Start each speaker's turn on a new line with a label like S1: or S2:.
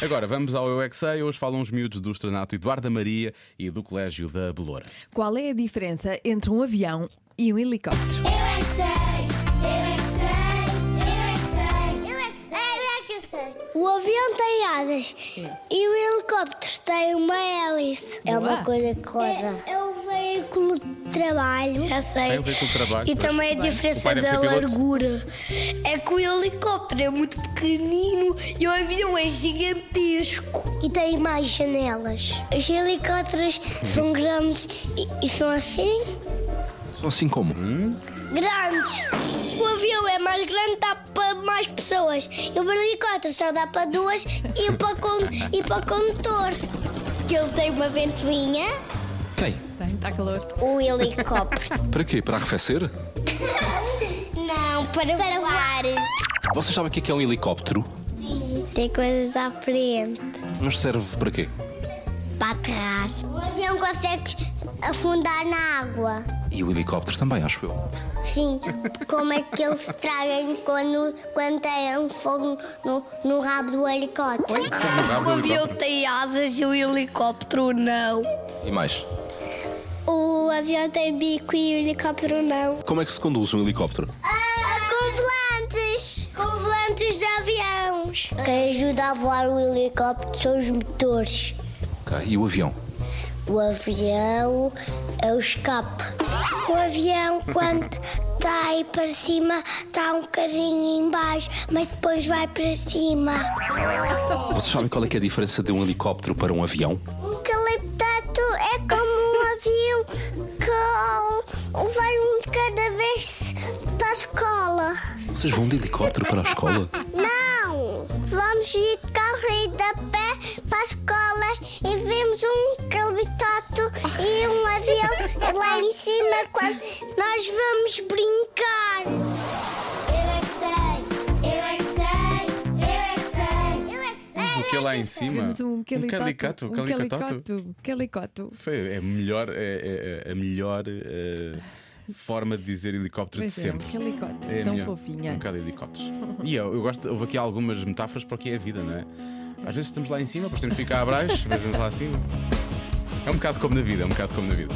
S1: Agora vamos ao Eu é que Sei. Hoje falam os miúdos do Estrenato Eduardo da Maria e do Colégio da Beloura.
S2: Qual é a diferença entre um avião e um helicóptero?
S3: Eu é que sei, eu é que sei, eu é que sei, eu é que sei, eu é que sei. O avião tem asas e o helicóptero tem uma hélice.
S2: É uma Boa.
S3: coisa que roda. É, o veículo de trabalho. Já sei.
S1: É o veículo de trabalho,
S3: E
S1: pois.
S3: também a
S1: O
S3: diferença
S1: pai deve
S3: da
S1: ser piloto.
S3: largura. É que o helicóptero é muito pequenino e o avião é gigantesco. E tem mais janelas. Os helicópteros
S1: Uhum.
S3: são grandes e são assim.
S4: São assim como?
S3: grandes. O avião é mais grande, dá para mais pessoas. E o helicóptero só dá para duas e para, con e para o condutor. Que ele tem uma ventoinha.
S4: Tem.
S2: Tem, está calor.
S3: O Um helicóptero.
S4: Para quê? Para arrefecer?
S3: Não, para, para voar.
S4: Vocês sabem o que é que é um helicóptero?
S3: Tem coisas à frente.
S4: Mas serve para quê?
S3: Para aterrar. O avião consegue afundar na água.
S4: E o helicóptero também, acho eu.
S3: Sim, como é que eles tragam quando, quando tem um fogo no, no rabo do helicóptero?
S1: Vamos
S5: O avião
S1: ao helicóptero.
S5: tem asas e o helicóptero não.
S4: E mais?
S3: O avião tem bico e o helicóptero não.
S4: Como é que se conduz um helicóptero?
S3: com volantes! Com volantes de aviões! Quem ajuda a voar o helicóptero são os motores.
S4: Ok. E o avião?
S3: O avião é o escape. O avião, quando está aí para cima, está um bocadinho em baixo, mas depois vai para cima.
S4: Vocês sabem qual é, que é a diferença de um helicóptero para um avião?
S3: Um caliptato é como um avião que vai um de cada vez para a escola.
S4: Vocês vão de helicóptero para a escola?
S3: Não! Vamos ir de carro e de pé para a escola e vemos um calvitato e um avião lá em cima quando nós vamos brincar. Eu é que sei, eu é que sei, eu é que sei, eu é que sei.
S1: O que é lá em cima?
S2: Temos um calicato.
S1: calicato. Um calicato.
S2: calicato. calicato.
S1: Foi, é melhor, é, é- é a melhor eh, forma de dizer helicóptero
S2: Pois
S1: de
S2: é,
S1: sempre.
S2: um helicóptero.
S1: a
S2: Tão
S1: melhor.
S2: fofinha.
S1: Um bocado de helicópteros. E eu, eu gosto, houve aqui algumas metáforas para o que é a vida, não é? Às vezes estamos lá em cima, depois temos que ficar abaixo, mas vamos lá acima. É um bocado como na vida, é um bocado como na vida.